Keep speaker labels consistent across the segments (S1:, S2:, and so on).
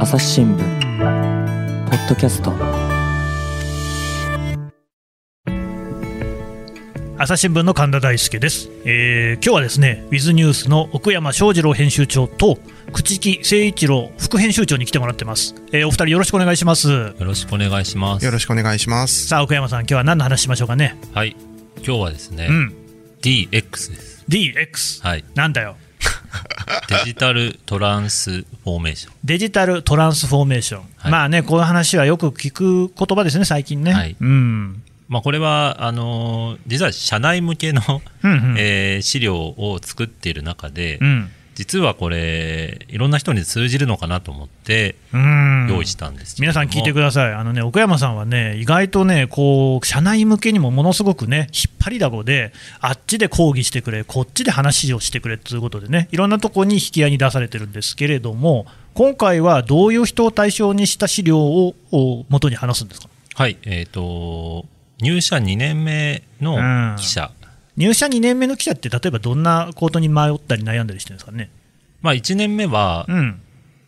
S1: 朝日新聞ポッドキャスト
S2: 朝日新聞の神田大輔です、えー、今日はですねウィズニュースの奥山翔二郎編集長と朽木誠一郎副編集長に来てもらってます、えー、お二人よろしくお願いします
S3: よろしくお願いします。
S4: よろしくお願いします。
S2: さあ奥山さん今日は何の話しましょうかね
S3: はい。今日はですね、
S2: うん
S3: DX です。
S2: DX、
S3: はい。
S2: なんだよ
S3: デジタルトランスフォーメーション。
S2: デジタルトランスフォーメーション、
S3: はい
S2: まあねこの話はよく聞く言葉ですね最近ね、
S3: はい
S2: うん
S3: まあ、これは、あのー実は社内向けの、
S2: うんうん
S3: えー資料を作っている中で、
S2: うん
S3: 実はこれ、いろんな人に通じるのかなと思って、
S2: うん
S3: 用意したんですけれ
S2: 皆
S3: ども、
S2: さん聞いてください、あのね、奥山さんはね、意外とね、こう社内向けにもものすごくね、引っ張りだこで、あっちで講義してくれ、こっちで話をしてくれということでね、いろんなとこに引き合いに出されてるんですけれども、今回はどういう人を対象にした資料をを元に話すんですか
S3: はい。えっ、と、入社2年目
S2: うん
S3: の記者。
S2: 入社2年目の記者って、例えばどんなことに迷ったり悩んだりしてるんですかね。
S3: まあ、1年目は
S2: う、ん、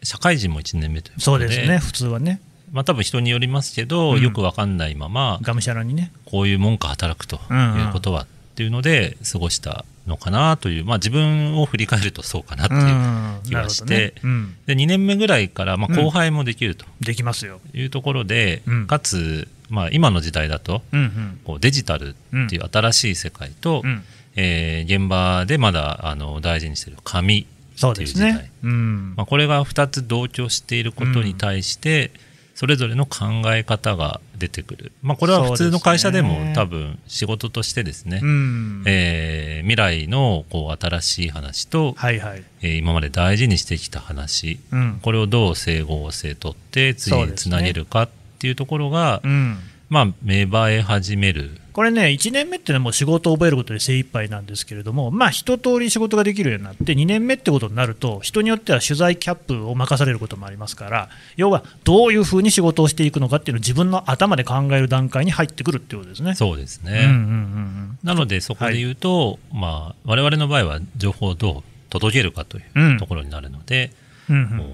S3: 社会人も1年目ということ
S2: そう
S3: で、
S2: ですね、普通はね、
S3: まあ、多分人によりますけど、
S2: うん
S3: よくわかんないまま、
S2: がむしゃらにね。
S3: こういうもんか働くということはっていうので過ごしたのかなという、まあ、自分を振り返るとそうかなっていう。
S2: うん
S3: 気
S2: なる
S3: が
S2: ほど
S3: して
S2: ねうん、
S3: で2年目ぐらいから、ま
S2: う
S3: あ、
S2: ん
S3: 後輩もできると
S2: できますよ。
S3: いうところで、
S2: うん
S3: かつ、まあ、今の時代だと
S2: うんうん
S3: こうデジタルっていう新しい世界と、
S2: うん
S3: えー現場でまだあの大事にしてる紙
S2: そうです
S3: っていう時
S2: ね
S3: 代。
S2: うん
S3: まあ、これが2つ同居していることに対して、それぞれの考え方が出てくる、まあ、これは普通の会社で
S2: そうです
S3: も
S2: ね
S3: 多分仕事としてですね、
S2: うん
S3: えー未来のこう新しい話と、
S2: はいはい。
S3: えー今まで大事にしてきた話
S2: うん。
S3: これをどう整合性とって次
S2: そう
S3: に
S2: です
S3: つ
S2: ね
S3: なげるかっていうところが、
S2: うん。
S3: まあ芽生え始める
S2: これね、1年目ってのはもう仕事を覚えることで精一杯なんですけれども、まあ一通り仕事ができるようになって、2年目ってことになると、人によっては取材キャップを任されることもありますから、要はどういうふうに仕事をしていくのかっていうのを自分の頭で考える段階に入ってくるってことですね。
S3: そうです
S2: ううんうんう
S3: ね、
S2: ん
S3: なのでそこで言うと、まあ我々の場合は情報をどう届けるかというところになるので、
S2: うんう
S3: もうん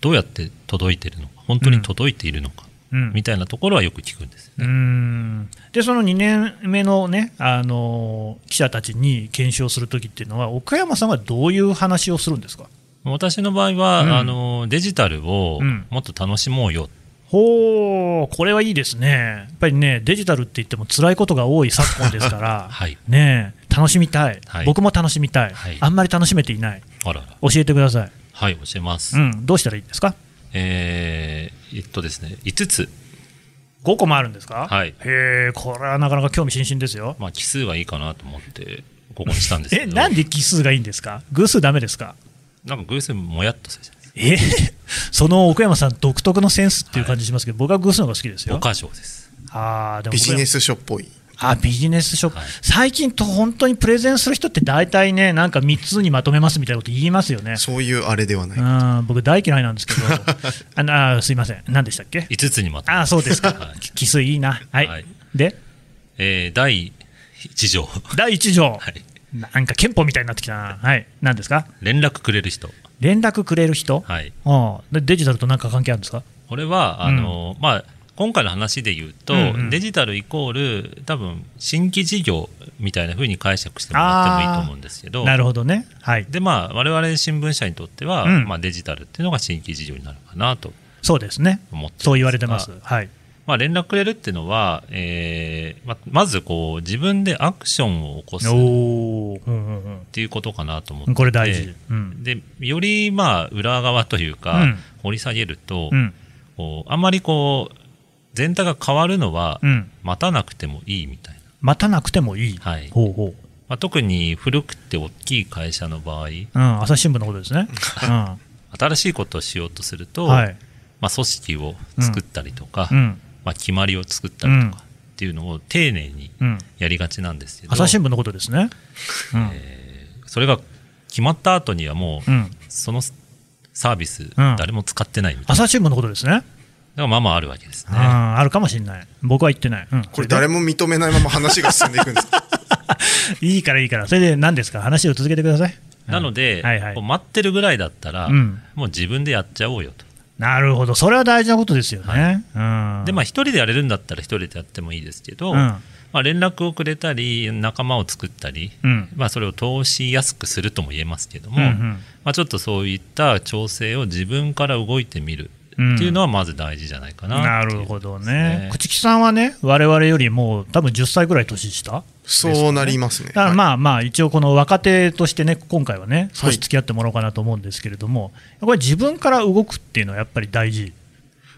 S3: どうやって届いてるのか本当に届いているのか、
S2: うん
S3: みたいなところはよく聞くんです
S2: うーんでその2年目の,、ね、あの記者たちに検証するときっていうのは、岡山さんはどういう話をするんですか
S3: 私の場合は、
S2: うん
S3: あのデジタルを
S2: うん
S3: もっと楽しもうよ、、
S2: ほう、これはいいですね、やっぱりね、デジタルって言っても辛いことが多い昨今ですから
S3: はい
S2: ねえ楽しみたい,、
S3: はい
S2: 僕も楽しみたい,、
S3: はい
S2: あんまり楽しめていない、
S3: あらあら
S2: 教えてください、
S3: はい教えます、
S2: うん、どうしたらいいんですか、
S3: えーえっとですね5つ、
S2: 5個もあるんですか、
S3: はい
S2: へえ、これはなかなか興味津々ですよ。
S3: まあ、奇数がいいかなと思ってここにしたんですけ
S2: え、
S3: ど
S2: なんで奇数がいいんですか偶数ダメですか
S3: なんか偶然もやっとするじゃないです
S2: えその奥山さん独特のセンスっていう感じしますけど、僕は偶数の方が好きです
S3: か
S2: よ
S3: 5。箇所です
S2: あーでも
S4: ビジネ
S2: ス
S4: ス書っぽい。
S2: あビジネスショップ、
S3: はい
S2: 最近と本当にプレゼンする人って大体ね、なんか3つにまとめますみたいなこと言いますよね。
S4: そういうあれでは
S2: う
S4: ない。
S2: ん僕、大嫌いなんです けど、あのあーすいません、何でしたっけ
S3: 5つにまとめ
S2: あーそうですか
S3: は、い
S2: き奇数いいな、はい、
S3: はい
S2: で、
S3: えー第1条
S2: 第1条、
S3: はい
S2: なんか憲法みたいになってきたな、はい、何ですか、
S3: 連絡くれる人
S2: 連絡くれる人、
S3: はい
S2: あーでデジタルとなんか関係あるんですか、
S3: これはあの、まあ今回の話で言うと、
S2: うんうん
S3: デジタルイコール多分新規事業みたいな風に解釈してもらってもいいと思うんですけど
S2: なるほどね、はい、
S3: でまあ我々新聞社にとっては、
S2: うん
S3: まあ、デジタルっていうのが新規事業になるかなと
S2: そうですね、
S3: 思って
S2: そう言われてます
S3: が、
S2: はい、
S3: まあ、連絡くれるっていうのは、えーままずこう自分でアクションを起こすっ
S2: おお、うんうん
S3: ていうことかなと思っ
S2: う
S3: て
S2: ん、
S3: て
S2: これ大事、うん、
S3: でよりまあ裏側というか、
S2: うん
S3: 掘り下げると、
S2: うん、
S3: こうあんまりこう全体が変わるのは
S2: うん、
S3: 待たなくてもいいみたいな、
S2: 待たなくてもいい、
S3: はい
S2: ほうほう、
S3: まあ、特に古くて大きい会社の場合
S2: うん、朝日新聞のことですね、
S3: 新しいことをしようとする
S2: う
S3: と、
S2: ん、はい、
S3: まあ、組織を作ったりとか、
S2: うん、
S3: まあ、決まりを作ったりとかっていうのを丁寧に
S2: うん、
S3: やりがちなんですけど、
S2: 朝日新聞のことですね、うん、
S3: えーそれが決まった後にはもう、
S2: うん、
S3: そのサービス、
S2: ん
S3: 誰も使ってないみたいな
S2: 朝日新聞のことですね、
S3: だからまあまああるわけです
S2: うん、
S3: ね。
S2: あるかもしれない、僕は言ってない、うん、
S4: これ誰
S2: も
S4: も 認めないまま話が進んでいくんですか
S2: いいからいいから、それで何ですか、話を続けてください、
S3: なので、
S2: はいはい
S3: こう待ってるぐらいだったら、
S2: うん
S3: もう自分でやっちゃおうよと。
S2: なるほど、それは大事なことですよね。うん
S3: で、まあ、一人でやれるんだったら一人でやってもいいですけど、
S2: うん
S3: まあ、連絡をくれたり、仲間を作ったり、
S2: うん
S3: まあ、それを通しやすくするとも言えますけども、
S2: うんうん
S3: まあ、ちょっとそういった調整を自分から動いてみるっていうのは、まず大事じゃないかな
S2: な
S3: っていう
S2: るほど
S3: です
S2: ね。朽木さんはね、我々よりも多分10歳ぐらい年下
S4: そうなりますね。
S2: だから
S4: はい
S2: まあまあ、一応この若手としてね、今回はね、少
S4: はい
S2: し付き合ってもらおうかなと思うんですけれども、これ、自分から動くっていうのはやっぱり大事。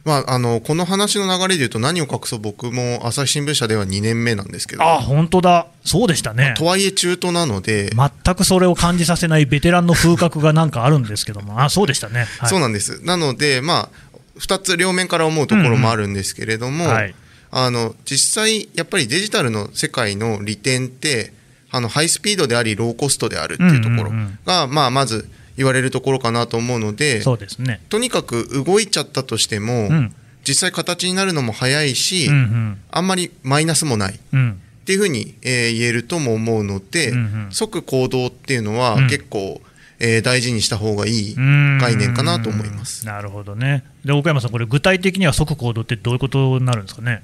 S4: まあ、あの、この話の流れで言うと何を隠そう僕も朝日新聞社では2年目なんですけど、
S2: あ本当だ、そうでしたね。
S4: とはいえ中途なので、
S2: 全くそれを感じさせないベテランの風格がなんかあるんですけども、あそうでしたね。はい、
S4: そうなんです。なので、まあ、2つ両面から思うところもあるんですけれども、
S2: はい
S4: あの実際やっぱりデジタルの世界の利点ってあのハイスピードでありローコストであるっていうと
S2: う
S4: ころ
S2: んうんうん
S4: が、まあ、まず言われるところかなと思うので
S2: そうですね。
S4: とにかく動いちゃったとしても、
S2: うん
S4: 実際形になるのも早いし、
S2: うんうん
S4: あんまりマイナスもないっ
S2: うん
S4: ていうふうに、えー言えるとも思うので、
S2: うんうん
S4: 即行動っていうのは
S2: うん
S4: 結構、えー大事にした方がいい
S2: うん
S4: 概念かなと思います。
S2: なるほどね。で、岡山さん、これ、具体的には即行動ってどういうことになるんですかね。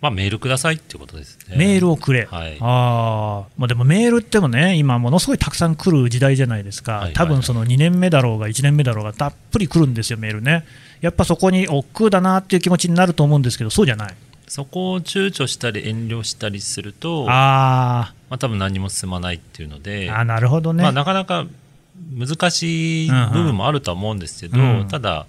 S3: まあ、メールくださいっていうことですね。
S2: メールをくれ、
S3: はい
S2: あーまあ、でもメールってもね、今、ものすごいたくさん来る時代じゃないですか、
S3: はい
S2: 多分その2年目だろうが、1年目だろうが、たっぷり来るんですよ、メールね、やっぱそこに億劫だなっていう気持ちになると思うんですけど、そうじゃない、
S3: そこを躊躇したり遠慮したりすると、
S2: あ
S3: まあ、多分何も進まないっていうので、
S2: ーあー、なるほどね、
S3: まあ、なかなか難しい部分もあるとは思うんですけど、
S2: うんうん
S3: ただ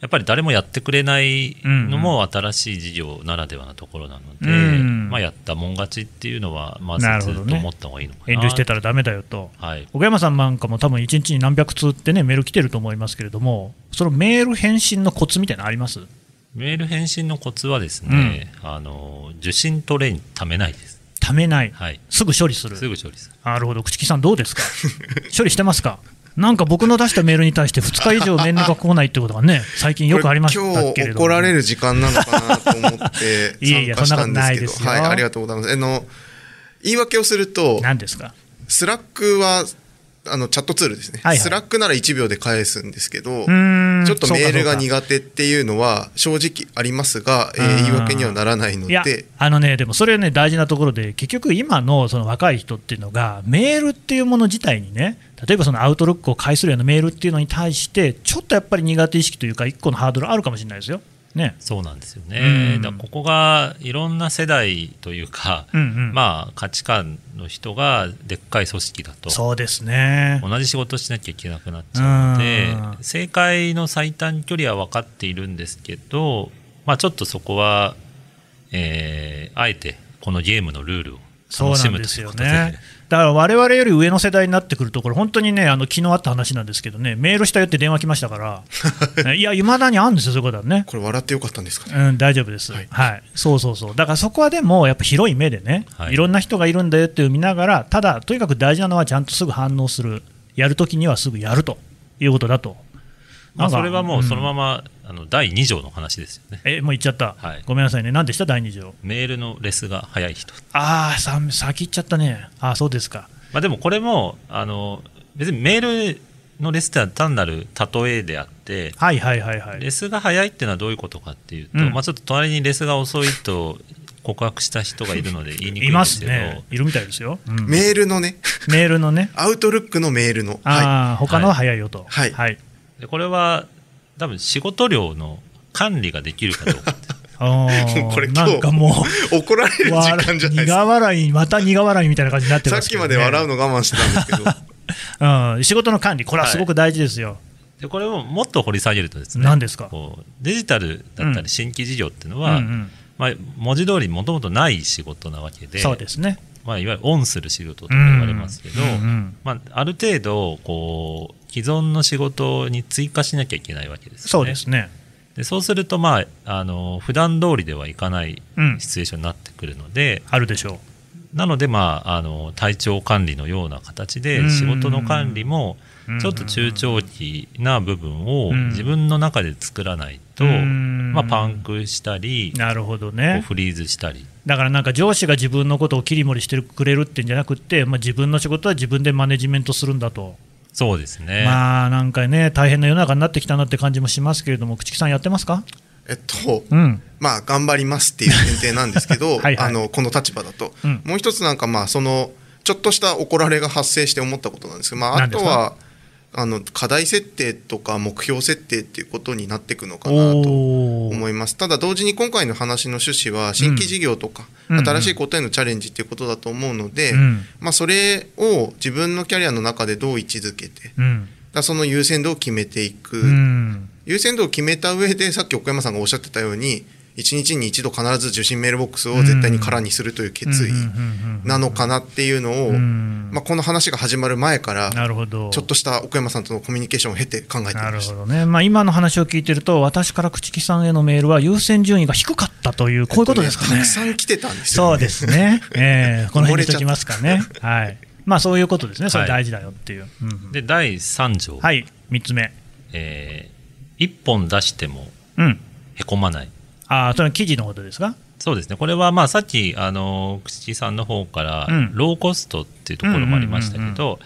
S3: やっぱり誰もやってくれないのも新しい事業ならではのところなの
S2: う
S3: で、
S2: ん
S3: まあ、やったもん勝ちっていうのはま
S2: なるほ
S3: ず
S2: ど
S3: ずっ
S2: ね
S3: と思った方がいいのかな
S2: 遠慮してたらだめだよと、
S3: はい、
S2: 岡山さんなんかも多分1日に何百通ってね、メール来てると思いますけれども、そのメール返信のコツみたいなのあります
S3: メール返信のコツはですね、あの受信トレイにためないです、
S2: ためない、
S3: はい、
S2: すぐ処理する。
S3: すぐ処理する
S2: なるほど、朽木さん、どうですか、 処理してますか、なんか僕の出したメールに対して2日以上メールが来ないってことがね、最近よくありました
S4: こ
S2: け
S4: れ
S2: れども、
S4: 今日怒られる時間なのかなと思って
S2: いやいや
S4: 参加したん
S2: そんなことない
S4: で
S2: ですす
S4: け
S2: よ
S4: ど、はい、ありがとうございます。あの言い訳をすると、
S2: 何ですか、
S4: スラックはあのチャットツールですね、
S2: はいはい
S4: スラックなら1秒で返すんですけど、
S2: うーん
S4: ちょっとメールが
S2: そうかそうか
S4: 苦手っていうのは正直ありますが、え
S2: うん
S4: ー言い訳にはならないの
S2: いや
S4: で、
S2: あのね、でもそれね、大事なところで、結局、今のその若い人っていうのが、メールっていうもの自体にね、例えばそのアウトロックを介するようなメールっていうのに対して、ちょっとやっぱり苦手意識というか、1個のハードルあるかもしれないですよ。ね、
S3: そうなんですよね、
S2: うん
S3: だからここがいろんな世代というか、
S2: うんうん
S3: まあ、価値観の人がでっかい組織だと
S2: そうですね。
S3: 同じ仕事しなきゃいけなくなっちゃうので
S2: うん
S3: 正解の最短距離は分かっているんですけど、まあ、ちょっとそこは、えーあえてこのゲームのルールを
S2: そう
S3: 楽
S2: な
S3: し
S2: ん
S3: む
S2: で
S3: と
S2: す
S3: いう
S2: よ
S3: ことで
S2: ね。だから我々より上の世代になってくるところ、本当にね、あの昨日あった話なんですけどね、メールしたよって電話来ましたから、 ねいや、いまだにあるんですよ、そういうことはね。
S4: これ笑ってよかったんですかね。
S2: うん、大丈夫です、は
S4: はいい
S2: そうそうそう、だからそこはでも、やっぱ広い目でね、、
S3: はいい
S2: ろんな人がいるんだよっていう見ながら、ただ、とにかく大事なのは、ちゃんとすぐ反応する、やるときにはすぐやるということだと。
S3: ま
S2: な
S3: あ、
S2: んか
S3: それはもうそのまま、あの第2条の話ですよね
S2: えもう言っちゃった、
S3: はい
S2: ごめんなさいね、なんでした、第2条。
S3: メールのレスが早い人、
S2: ああ、さ先行っちゃったね、ああ、そうですか、
S3: まあ、でもこれもあの別にメールのレスってのは単なる例えであって
S2: はいはいはいはい。
S3: レスが早いっていうのはどういうことかっていうと、
S2: うん
S3: まあ、ちょっと隣にレスが遅いと告白した人がいるので言いにくい
S2: い
S3: んで
S2: ますす
S3: けど
S2: ね、いるみたいですよ、うん
S4: メールのね、
S2: メールのね、
S4: アウトルックのメールの、は
S2: ああ、他のは早いよと、
S4: はい
S2: はい、
S3: でこれは多分仕事量の管理ができるかど うか
S2: あー
S4: もうこれ今
S2: な
S4: 日
S2: んかもう。
S4: い、怒られる時
S2: わら
S4: 間じゃないです
S2: 苦
S4: か。
S2: 笑い、また苦笑いみたいな感じになって
S4: さ
S2: ま
S4: っ
S2: す
S4: き
S2: けど、
S4: ま
S2: ね、
S4: で笑うの我慢してたんですけど、
S2: うん、仕事の管理、これはすごく大事ですよ。
S3: でこれをもっと掘り下げるとですね
S2: 何ですか
S3: こうデジタルだった
S2: うん
S3: り新規事業っていうの
S2: うん
S3: は、
S2: うん
S3: まあ、文字通りもともとない仕事なわけで
S2: そうですね。
S3: まあ、いわゆるオンする仕事とか言われますけど、
S2: うんうん
S3: まあ、ある程度こう既存の仕事に追加しなきゃいけないわけですよね。
S2: そうですね。
S3: でそうすると、まあ、あの普段通りではいかない
S2: うん
S3: シチュエーションになってくるので、
S2: あるでしょ
S3: なので、まあ、あの体調管理のような形
S2: う
S3: で
S2: ん
S3: 仕事の管理も
S2: うん
S3: ちょっと中長期な部分を
S2: うん
S3: 自分の中で作らないと、
S2: うん
S3: まあ、パンクしたり
S2: う。
S3: こ
S2: なるほど
S3: う
S2: ね。
S3: フリーズしたり
S2: だからなんか上司が自分のことを切り盛りしてくれるってんじゃなくて、まあ、自分の仕事は自分でマネジメントするんだと。
S3: そうですね、
S2: まあなんかね、大変な世の中になってきたなって感じもしますけれども、朽木さん、やってますか、
S4: えっと、
S2: うん、
S4: まあ頑張りますっていう前提なんですけど
S2: はいはい
S4: あのこの立場だと、
S2: うん
S4: もう一つなんかまあそのちょっとした怒られが発生して思ったことなんですけど、まあ、あとはあの課題設定とか目標設定っていうことになっていくのかなと
S2: おー
S4: 思いますただ同時に今回の話の趣旨は新規事業とか、
S2: うん
S4: 新しいことへのチャレンジっていうことだと思うので、
S2: うん
S4: まあ、それを自分のキャリアの中でどう位置づけてだか
S2: うん
S4: らその優先度を決めていく、
S2: うん
S4: 優先度を決めた上でさっき岡山さんがおっしゃってたように1日に1度必ず受信メールボックスを絶対に空にするという決意なのかなっていうのを、
S2: うん
S4: まあ、この話が始まる前から
S2: なるほど
S4: ちょっとした岡山さんとのコミュニケーションを経て考えてみ
S2: な
S4: ま
S2: る
S4: し
S2: ほ
S4: た。
S2: どね、まあ、今の話を聞いてると、私から朽木さんへのメールは優先順位が低かったという、こういうことですか
S4: た
S2: ね
S4: く。さん来てたんですよ、ね。
S2: そうですね、ええこの辺に
S4: 漏れ
S2: し
S4: ち
S2: と
S4: ゃった
S2: きますかね、はいまあ、そういうことですね、それ
S3: はい
S2: 大事だよっていう。うんうん
S3: で第3条、
S2: はい、3つ目、
S3: え1本出しても
S2: うん、
S3: へこまない
S2: あーそれは記事のことですか、
S3: そうですねこれはまあさっきあの口木さんの方から、
S2: うん
S3: ローコストっていうところもありましたけど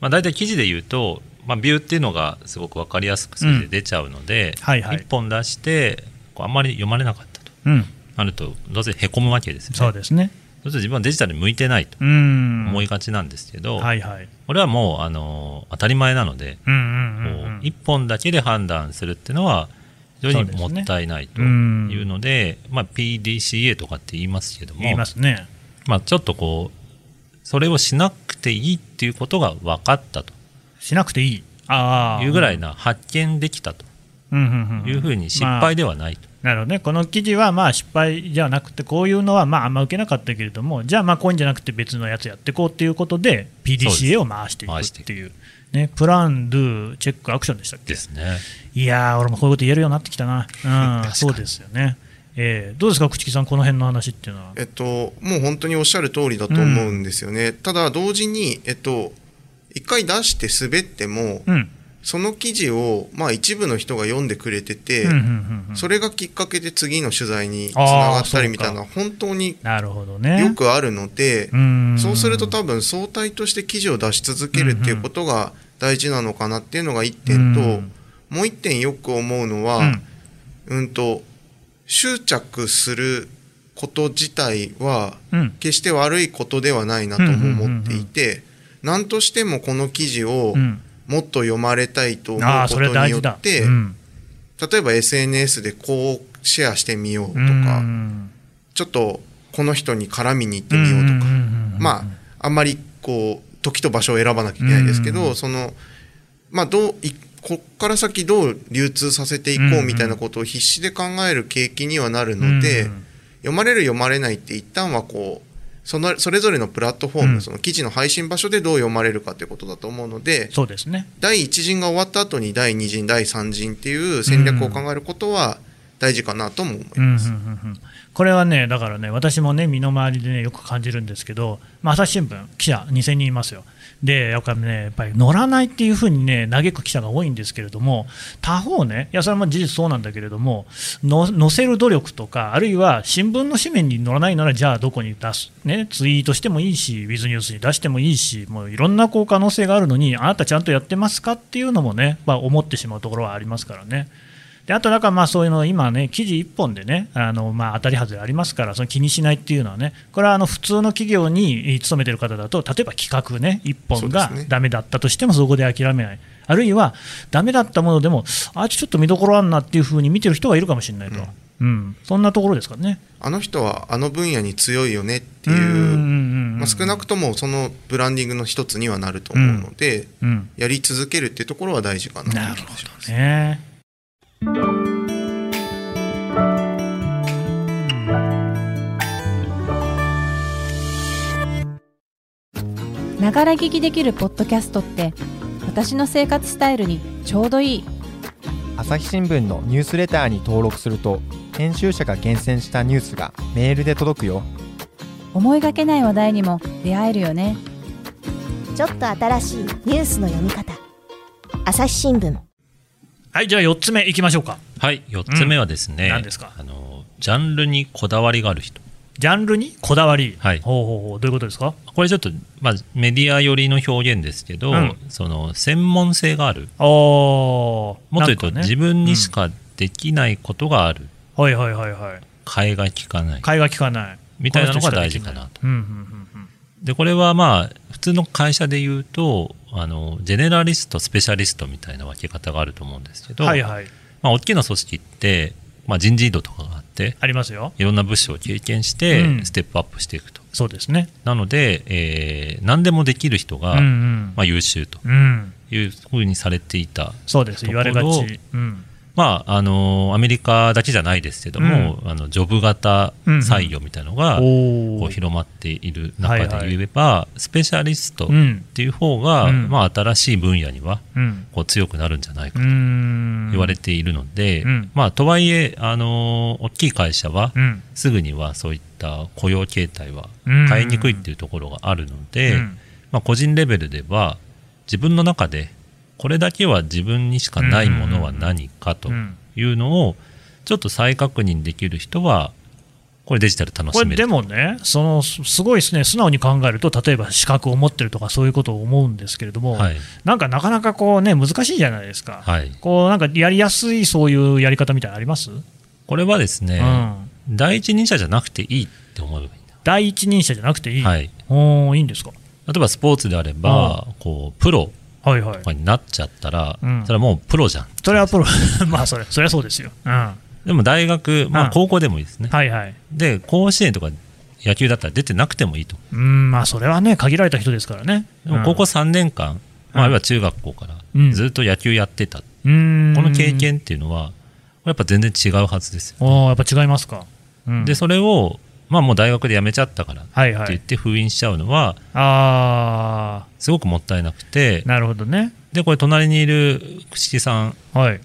S3: まあ大体記事で言うと、まあ、ビューっていうのがすごく分かりやすく数字で出ちゃうので、
S2: うんはいはい
S3: 1本出してこうあんまり読まれなかったと
S2: うん、
S3: なるとどうせへこむわけですよね
S2: そうですね。
S3: そうすると自分はデジタルに向いてないと
S2: うん
S3: 思いがちなんですけど、
S2: はいはい。
S3: これはもうあの当たり前なので、
S2: うんう
S3: こう
S2: う
S3: ん
S2: んうん。
S3: 1本だけで判断するっていうのは非常にもったいないというのでまあ、PDCA とかって言いますけども
S2: 言いますね。
S3: まあ、ちょっとこうそれをしなくていいっていうことが分かったと
S2: しなくていい。ああ。
S3: いうぐら
S2: い。
S3: いな発見できたと
S2: うんうんうん。
S3: いうふうに失敗
S2: で。
S3: ではないと。
S2: なるほどね。この記事はまあ失敗じゃなくて、こういうのはまああんま受けなかったけれども、じゃあまあこういうんじゃなくて別のやつやっていこうっていうことで、
S3: そうで
S2: PDCA
S3: す
S2: を回していく
S3: 回して
S2: っ
S3: いく
S2: ていう。ね、プラン、ドゥ、チェック、アクションでしたっけ
S3: ですね。
S2: いやー、俺もこういうこと言えるようになってきた な。うん、そうですよね。えー、どうですか、朽木さん、この辺の話っていうのは。
S4: えっと、もう本当におっしゃる通りだと思うんですよね、ただ同時に、えっと、一回出して滑っても、
S2: うん。
S4: その記事を、まあ、一部の人が読んでくれてて、
S2: うんうんうんうん
S4: それがきっかけで次の取材につながった
S2: あーそうか
S4: りみたいな本当に
S2: なるほどね。
S4: よくあるので、
S2: うん
S4: そうすると多分相対として記事を出し続けるっていうことが大事なのかなっていうのが1点と、
S2: うん
S4: もう1点よく思うのは、
S2: うん
S4: うんと執着すること自体は
S2: うん
S4: 決して悪いことではないなとも思っていて何としてもこの記事を
S2: うん、
S4: もっと読まれたいと思
S2: あ
S4: う
S2: あ
S4: こ
S2: それは
S4: とに
S2: 大
S4: よ
S2: 事だ
S4: って
S2: うん
S4: 例えば SNS でこうシェアしてみようと
S2: う
S4: か
S2: ん
S4: ちょっとこの人に絡みに行ってみようとか
S2: んんうん
S4: まああんまりこう時と場所を選ばなきゃいけないですけ
S2: うんうんう
S4: どそのまあどういこっから先どう流通させていこ
S2: うんう
S4: うんみたいなことを必死で考える景気にはなる
S2: うん
S4: ので読まれる読まれないって一旦はこうそのそれぞれのプラットフォー
S2: うん
S4: ムその記事の配信場所でどう読まれるかということだと思うので
S2: そうですね
S4: 第1陣が終わった後に第2陣第3陣っていう戦略を考えることは大事かなとも思います。
S2: うんうんうんうんこれはねだからね私もね身の回りでねよく感じるんですけど、まあ、朝日新聞記者2000人いますよでやっぱりねやっぱり乗らないっていうふうにね嘆く記者が多いんですけれども他方ねいやそれも事実そうなんだけれどもの載せる努力とかあるいは新聞の紙面に載らないならじゃあどこに出す、ね、ツイートしてもいいしウィズニュースに出してもいいしもういろんなこう可能性があるのにあなたちゃんとやってますかっていうのもね、まあ、思ってしまうところはありますからね。であと、だからまあそういうの、今ね、記事1本でね、あのまあ当たり外れありますから、その気にしないっていうのはね、これはあの普通の企業にえー勤めてる方だと、例えば企画ね、1本が
S4: そうですね
S2: ダメだったとしても、そこで諦めない、あるいはダメだったものでも、あちょっと見どころあんなっていうふうに見てる人がいるかもしれないと、うんそんなところですかね。
S4: あの人はあの分野に強いよねって
S2: うんうん
S4: いう
S2: うん
S4: まあ、少なくともそのブランディングの一つにはなると思うので、
S2: うん
S4: やり続けるっていうところは大事かなという気がします。
S2: ね
S5: ながら聞きできるポッドキャストって私の生活スタイルにちょうどいい
S6: 朝日新聞のニュースレターに登録すると編集者が厳選したニュースがメールで届くよ
S5: 思いがけない話題にも出会えるよね
S7: ちょっと新しいニュースの読み方朝日新聞
S2: はい、じゃあ4つ目いきましょうか。
S3: はい4つ目はですね、
S2: 何ですか
S3: あのジャンルにこだわりがある人
S2: ジャンルにこだわり、
S3: はい
S2: ほうほうほうどういうことですか
S3: これちょっと、まあ、メディア寄りの表現ですけど、
S2: うん
S3: その専門性がある
S2: あも
S3: もっと言うと、自分にしかできないことがある、
S2: はいはいはいはい
S3: 替えが利かない
S2: 会話聞かない
S3: みたいなのが大事かなと。
S2: うんうんうんうん
S3: でこれはまあ普通の会社で言うとあのジェネラリストスペシャリストみたいな分け方があると思うんですけど、
S2: はいはい
S3: まあ、大きな組織って、まあ、人事異動とかがあって
S2: ありますよ
S3: いろんな部署を経験して、
S2: うん
S3: ステップアップしていくと
S2: そうですね
S3: なので、えー何でもできる人が、
S2: うん
S3: まあ、優秀と
S2: うん、うん、
S3: いうふうにされていた
S2: そうです
S3: とこ
S2: 言
S3: ろ
S2: われがち、うん、
S3: まああのアメリカだけじゃないですけども、あのジョブ型採用みたいなのが、
S2: お
S3: こう
S2: お
S3: 広まっている
S2: はい
S3: 中
S2: はい
S3: で言えば、スペシャリスト
S2: う
S3: っ
S2: ん
S3: ていう方が、
S2: うん
S3: まあ、新しい分野には
S2: うん
S3: こう強くなるんじゃないか
S2: う
S3: と
S2: ん
S3: 言われているので、
S2: うん
S3: まあ、とはいえ、あのー大きい会社は、
S2: うん
S3: すぐにはそういった雇用形態は
S2: うん
S3: 変えにくいっていうところがあるので、
S2: うん
S3: まあ、個人レベルでは自分の中でこれだけは自分にしかないものは何かと
S2: うん
S3: いうのをちょっと再確認できる人はこれデジタル楽
S2: こ
S3: し
S2: れ
S3: め
S2: で
S3: る。
S2: もね、そのすすごいですね、素直に考えると、例えば資格を持ってるとか、そういうことを思うんですけれども、
S3: はい
S2: なんかなかなかこうね、難しいじゃないですか、
S3: はい、
S2: こうなんかやりやすいそういうやり方みたいなのあります、
S3: これはですね、
S2: うん、
S3: 第一人者じゃなくていいって思えばいいんだ
S2: 第一人者じゃなくていい、
S3: はい、
S2: おーいいんですか、
S3: 例えばスポーツであれば、こうプロ
S2: はいはい
S3: と、かになっちゃったら、
S2: うん
S3: それはもうプロじゃん
S2: それはプロ、 まあそれ、そりゃそうですよ、うん、は
S3: でも大学、ま
S2: う
S3: あ、
S2: ん
S3: 高校でもいいですね、
S2: いはい、
S3: で甲子園とか野球だったら出てなくてもいいと
S2: うん、まあそれはね、限られた人ですからね、
S3: でも高校3年間、まあ、あるいは中学校から
S2: うん
S3: ずっと野球やってた、こ
S2: うん、
S3: の経験っていうのはやっぱ全然違うはずですよ、
S2: おー、やっぱ違いますか、うん
S3: でそれを、まあ、もう大学で辞めちゃったからって
S2: はいは
S3: 言
S2: い、
S3: って封印しちゃうのは
S2: あ
S3: すごくもったいなくて
S2: ー、なるほどね、
S3: でこれ隣にいる串木さん
S2: はい。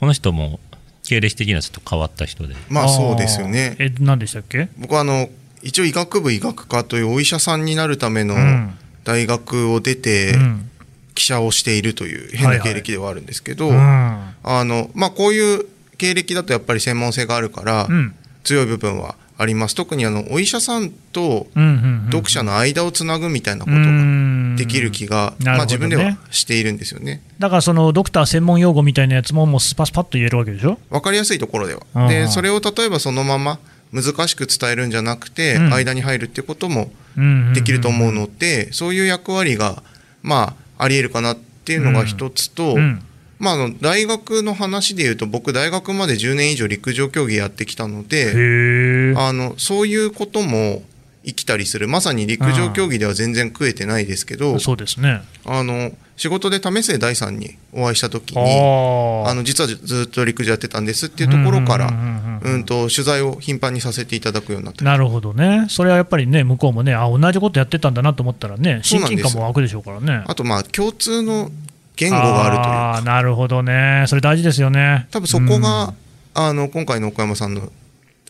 S3: この人も経歴的にはちょっと変わった人で
S4: まあそうですよね
S2: あーえ、何でしたっけ？
S4: 僕はあの一応医学部医学科というお医者さんになるための
S2: うん
S4: 大学を出て
S2: うん
S4: 記者をしているという変な経歴ではあるんですけど、
S2: うん
S4: あのまあ、こういう経歴だとやっぱり専門性があるから
S2: うん
S4: 強い部分はあります特にあのお医者さんと
S2: うんうん
S4: 読者の間をつなぐみたいなこと
S2: う
S4: が
S2: ん
S4: できる気が、
S2: うん
S4: まあ、
S2: なるほ
S4: 自
S2: どね
S4: 分ではしているんですよね。
S2: だからそのドクター専門用語みたいなやつももうスパスパッと言えるわけでしょ？
S4: わかりやすいところで
S2: うん
S4: は。でそれを例えばそのまま難しく伝えるんじゃなくて、
S2: うん
S4: 間に入るっていうことも
S2: うんうんうん
S4: できると思うので、そういう役割がまあありえるかなっていうのが一つと、
S2: うん
S4: まあ、あの大学の話でいうと僕大学まで10年以上陸上競技やってきたの
S2: へ
S4: で
S2: え。
S4: あのそういうことも生きたりするまさに陸上競技では全然食えてないですけど
S2: そうですね。
S4: あの仕事で為末大さんにお会いした時
S2: あ
S4: に
S2: ー
S4: あの実はずずっと陸上やってたんですっていうとこ
S2: う
S4: ろか
S2: んうん
S4: ら
S2: うんうん
S4: うんと取材を頻繁にさせていただくようになった
S2: なるほどね。それはやっぱりね向こうもねあ同じことやってたんだなと思ったらね親近感も湧くでしょうからね。
S4: あとまあ共通の言語があるというか
S2: あーなるほどね。それ大事ですよね。
S4: 多分そこ
S2: うん
S4: が、あの今回の岡山さんの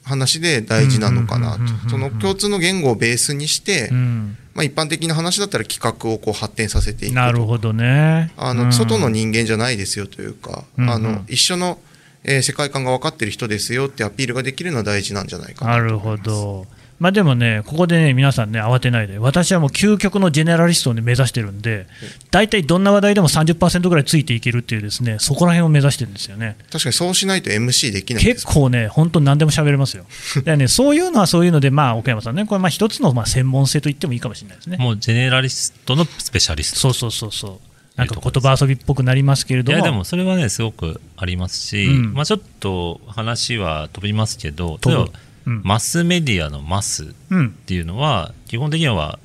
S4: 話で大事なのかな
S2: うんうんうんうんうんう
S4: と
S2: ん
S4: その共通の言語をベースにして、
S2: うん
S4: まあ、一般的な話だったら企画をこう発展させていく
S2: なるほどね。
S4: あ
S2: う
S4: の
S2: ん
S4: 外の人間じゃないですよというか、
S2: うんうん
S4: あの一緒の、えー世界観が分かってる人ですよってアピールができるのは大事なんじゃないかな
S2: なるほど。まあでもね、ここでね、皆さんね、慌てないで、私はもう究極のジェネラリストを、ね、目指してるんで、大体どんな話題でも30%ぐらいついていけるっていう、ですねそこら辺を目指してるんですよね。
S4: 確かにそうしないと MC できないです
S2: 結構ね、本当、何でも喋れ ますよ。だからね、そういうのはそういうので、まあ、岡山さんね、これ、まあ一つのまあ専門性と言ってもいいかもしれないですね。
S3: もうジェネラリストのスペシャリスト
S2: そうそうそうそう、なんか言葉遊びっぽくなりますけれ
S3: い
S2: ども、
S3: やでもそれはねすごくありますし、
S2: うん
S3: まあ、ちょっと話は飛びますけど
S2: 飛
S3: 例え
S2: ぶ
S3: ば
S2: うん
S3: マスメディアのマスっ
S2: うん、
S3: ていうのは基本的には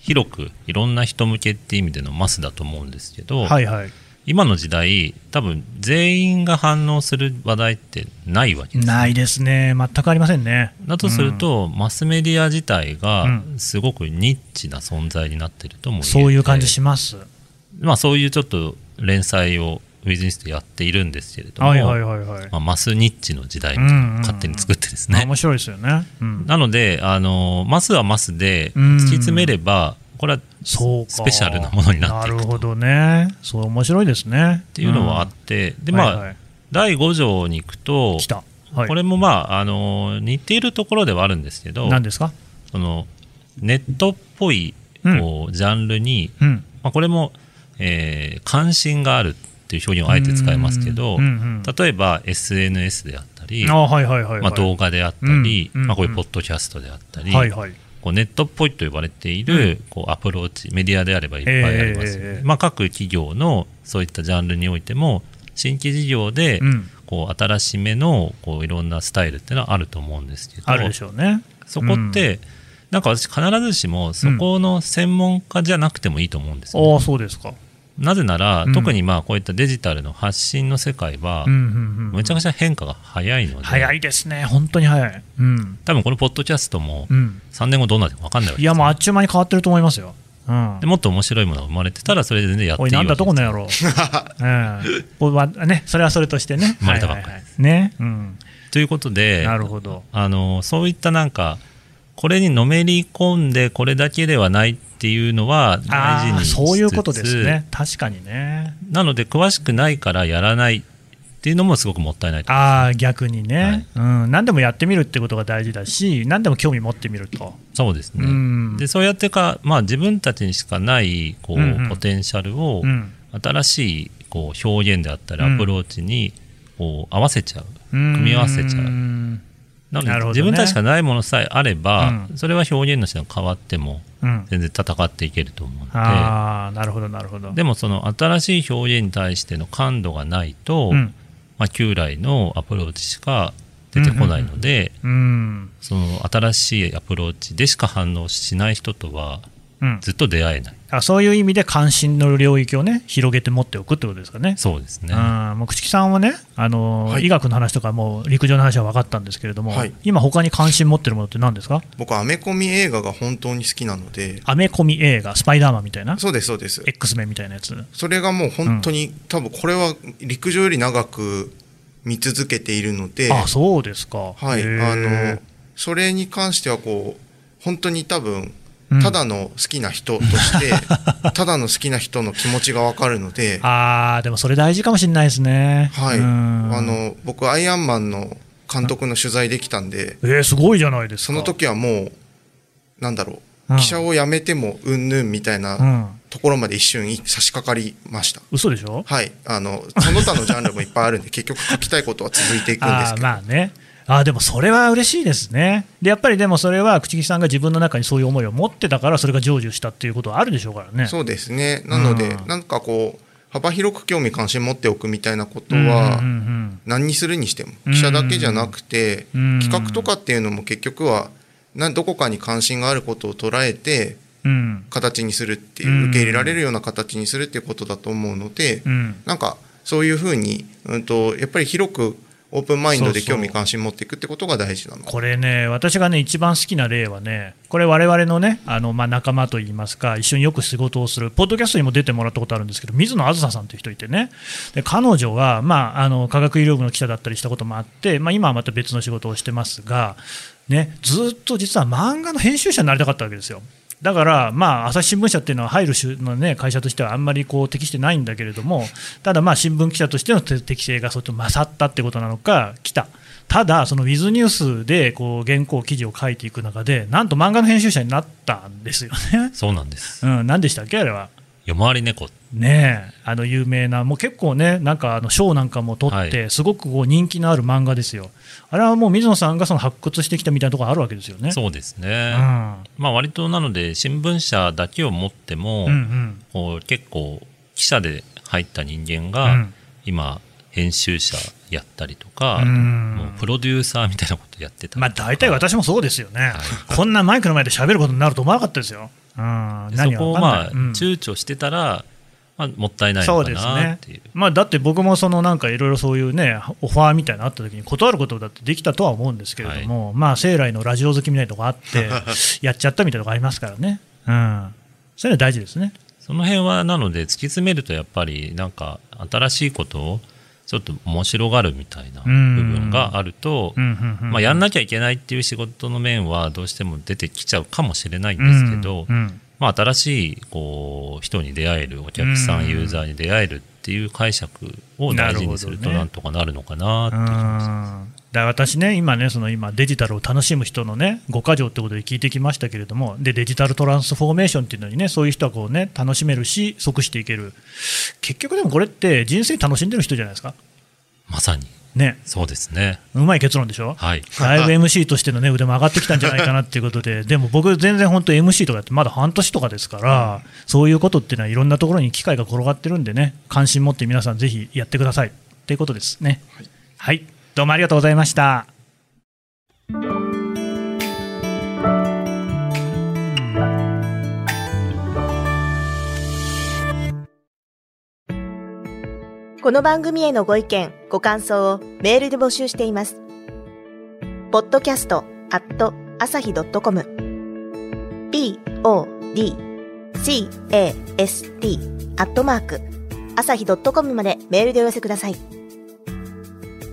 S3: 広くいろんな人向けっていう意味でのマスだと思うんですけど、
S2: はいはい、
S3: 今の時代多分全員が反応する話題ってないわけです。
S2: ないですね、全くありませんね。
S3: だとすると、マスメディア自体
S2: う
S3: が
S2: ん
S3: すごくニッチな存在になってるとも言えて
S2: そういう感じします。
S3: まあ、そういうちょっと連載をウィズニスとやっているんですけれども、
S2: はいはいはいはい。
S3: まあ、マスニッチの時代みたいなのを勝手に作ってです
S2: まあ
S3: ね、
S2: 面白いですよね。うん
S3: なのであのマスはマスで
S2: うん
S3: 突き詰めればこれは
S2: そうか
S3: スペシャルなものになってい
S2: な
S3: く
S2: るほ
S3: とっ
S2: どね。そう面白いですね。って
S3: いうのはあって、でまあ、
S2: はいはい
S3: 第5条に行くと
S2: 来た。はい
S3: これもまああの似ているところではあるんですけど
S2: 何ですか
S3: そのネットっぽい
S2: うん
S3: こうジャンルに、
S2: うん
S3: まあ、これも、えー関心があるっていう表現をあえて使いますけど、
S2: うんうん
S3: 例えば SNS であったり、
S2: あはいはいはいはい、
S3: まあ、動画であったり、
S2: うんうん
S3: まあ、こういうポッドキャストであったり、
S2: はいはい
S3: こうネットっぽいと呼ばれている、こうアプローチメディアであればいっぱいありますよね、
S2: ええええ
S3: まあ、各企業のそういったジャンルにおいても新規事業で、
S2: うん
S3: こう新しめのこういろんなスタイルっていうのはあると思うんですけど
S2: あるでしょうね
S3: そこって、なんか私必ずしもそこの専門家じゃなくてもいいと思うんですよね、
S2: ああそうですか
S3: なぜなら、
S2: うん
S3: 特にまあこういったデジタルの発信の世界は、
S2: うんうんうん
S3: むちゃくちゃ変化が早いので
S2: 早いですね本当に早いうん
S3: 多分このポッドキャストも
S2: うん
S3: 3年後どうなってるか分かんないわ
S2: い
S3: けですよ
S2: やもうあっちゅう間に変わってると思いますようん
S3: でもっと面白いものが生まれてたらそれで全然やってい
S2: おい
S3: い
S2: な
S3: わ
S2: ん
S3: け
S2: だとこ
S3: です
S2: の野郎う ん僕はねそれはそれとしてね
S3: 生まれたばっかり
S2: はいはいはいねうん
S3: ということで
S2: なるほど
S3: あのそういったなんかこれにのめり込んでこれだけではないっていうのは大事
S2: あ
S3: に
S2: あ
S3: しつつ
S2: そういうことですね確かにね
S3: なので詳しくないからやらないっていうのもすごくもったいないと
S2: ああ逆にね、うん、何でもやってみるってことが大事だし何でも興味持ってみると、
S3: そうですね、
S2: うん
S3: でそうやってか、まあ、自分たちにしかないこう、
S2: うんうん
S3: ポテンシャルを
S2: うん
S3: 新しいこう表現であったり
S2: うん
S3: アプローチにこう合わせちゃう、組み合わせちゃう
S2: うん
S3: な
S2: なるほ
S3: ので
S2: どね
S3: 自分たちしかないものさえあれば、
S2: う
S3: それは表現の人が変わっても
S2: うん
S3: 全然戦っていけると思うので
S2: ああなるほどなるほど
S3: でもその新しい表現に対しての感度がないと、
S2: うん
S3: まあ、旧来のアプローチしか出てこないので、
S2: うん
S3: その新しいアプローチでしか反応しない人とは
S2: うん
S3: ずっと出会えない
S2: あそういう意味で関心の領域をね広げて持っておくってことですかね。
S3: そうですね。
S2: うんもう朽木さんはね、あのー
S4: はい
S2: 医学の話とかもう陸上の話は分かったんですけれども、
S4: はい
S2: 今他に関心持ってるものって何ですか
S4: 僕アメコミ映画が本当に好きなので
S2: アメコミ映画「スパイダーマン」みたいな
S4: そうですそうです
S2: X メンみたいなやつ
S4: それがもう本当に、多分これは陸上より長く見続けているので
S2: あそうですか
S4: はい、
S2: へ
S4: あ
S2: ー
S4: のそれに関してはこう本当に多分
S2: うん
S4: ただの好きな人 として、ただの好きな人の気持ちが分かるので、
S2: あーでもそれ大事かもしれないですね
S4: はい、
S2: うん
S4: あの僕アイアンマンの監督の取材できたんで
S2: えー、すごいじゃないですか
S4: その時はもうなんだろ
S2: う
S4: うん記者を辞めてもうんぬんみたいうなんところまで一瞬差し掛かりました。
S2: 嘘でしょ
S4: はい、あのその他のジャンルもいっぱいあるんで結局書きたいことは続いていくんです
S2: あ
S4: け
S2: ー
S4: ど、
S2: まあねあーでもそれは嬉しいですねでやっぱりでもそれは朽木さんが自分の中にそういう思いを持ってたからそれが成就したっていうことはあるでしょうからね
S4: そうですねなので、
S2: うん
S4: なんかこう幅広く興味関心持っておくみたいなこと
S2: うんうん
S4: は、
S2: うん
S4: 何にするにしても記者だけじゃなくて、
S2: うん
S4: 企画とかっていうのも結局はなどこかに関心があることを捉えて
S2: うん
S4: 形にするっていううん受け入れられるような形にするっていうことだと思うので、
S2: うん
S4: なんかそういうふうに、うん、とやっぱり広くオープンマインドで興味関心持っていくってことが大事なの
S2: これね、私がね、一番好きな例はね、これ、我々のね、あのまあ、仲間といいますか、一緒によく仕事をする、ポッドキャストにも出てもらったことあるんですけど、水野あずささんという人いてね、で彼女は、まあ、あの科学医療部の記者だったりしたこともあって、まあ、今はまた別の仕事をしてますが、ね、ずっと実は漫画の編集者になりたかったわけですよ。だから、まあ、朝日新聞社っていうのは入る種の、ね、会社としてはあんまりこう適してないんだけれども、ただ、まあ新聞記者としての適性がそっと勝ったってことなのか、来た、ただ、そのウィズニュースでこう原稿、記事を書いていく中で、なんと漫画の編集者になったんですよね。
S3: そうなんです。
S2: うん、何でしたっけ、あれは。
S3: 夜回り猫。
S2: ねえ、あの有名な、もう結構ね、なんかあの賞なんかも取っ
S3: は
S2: て、すごくこう人気のある漫画ですよ。あれはもう水野さんがその発掘してきたみたいなところあるわけですよね。
S3: そうです
S2: う
S3: ね。
S2: ん
S3: まあ割となので新聞社だけを持っても、
S2: うんうん
S3: こう結構記者で入った人間
S2: う
S3: が
S2: ん
S3: 今編集者やったりとか、
S2: うん
S3: もうプロデューサーみたいなことやってたりとか
S2: まあ大体私もそうですよね、こんなマイクの前で喋ることになると思わなかったですよ。うん、
S3: で
S2: 何
S3: そこを
S2: わかんない
S3: まあ
S2: うん
S3: 躊躇してたら、まあ、もったいない
S2: そ
S3: の
S2: う
S3: か
S2: です
S3: なっ
S2: ね
S3: ていう。
S2: まあ、だって僕もそのなんかいろいろそういうね、オファーみたいなのあった時に断ることだってできたとは思うんですけれども、まあ、生来のラジオ好きみたいなとこあって、 やっちゃったみたいなとこありますからね、うん、そういうのは大事ですね。
S3: その辺はなので突き詰めるとやっぱりなんか新しいことをちょっと面白がるみたいな部
S2: うん
S3: 分があると、
S2: うんうんうん
S3: まあ、やんなきゃいけないっていう仕事の面はどうしても出てきちゃうかもしれないんですけど、
S2: うんうん
S3: まあ、新しいこう人に出会えるお客さん、
S2: うん
S3: ユーザーに出会えるっていう解釈を大事にする
S2: なるほ
S3: と
S2: どね
S3: なんとかなるのかなっていう気がします
S2: うんだから私ね、今ね、その今、デジタルを楽しむ人のね、5か条ってことで聞いてきましたけれども、で、デジタルトランスフォーメーションっていうのにね、そういう人はこうね、楽しめるし、即していける。結局でもこれって、人生楽しんでる人じゃないですか。
S3: まさに
S2: ね。
S3: そうですね
S2: うまい結論でしょ
S3: はい
S2: だいぶ MC としての、ね、腕も上がってきたんじゃないかなっていうことで、でも僕、全然本当、MC とかやってまだ半年とかですから、そういうことっていうのは、いろんなところに機会が転がってるんでね、関心持って皆さん、ぜひやってくださいということですね。はい、どうもありがとうございました。
S7: この番組へのご意見、ご感想をメールで募集しています。podcast.asahi.com p o d c a s t アットマーク朝日 .com までメールでお寄せください。ツ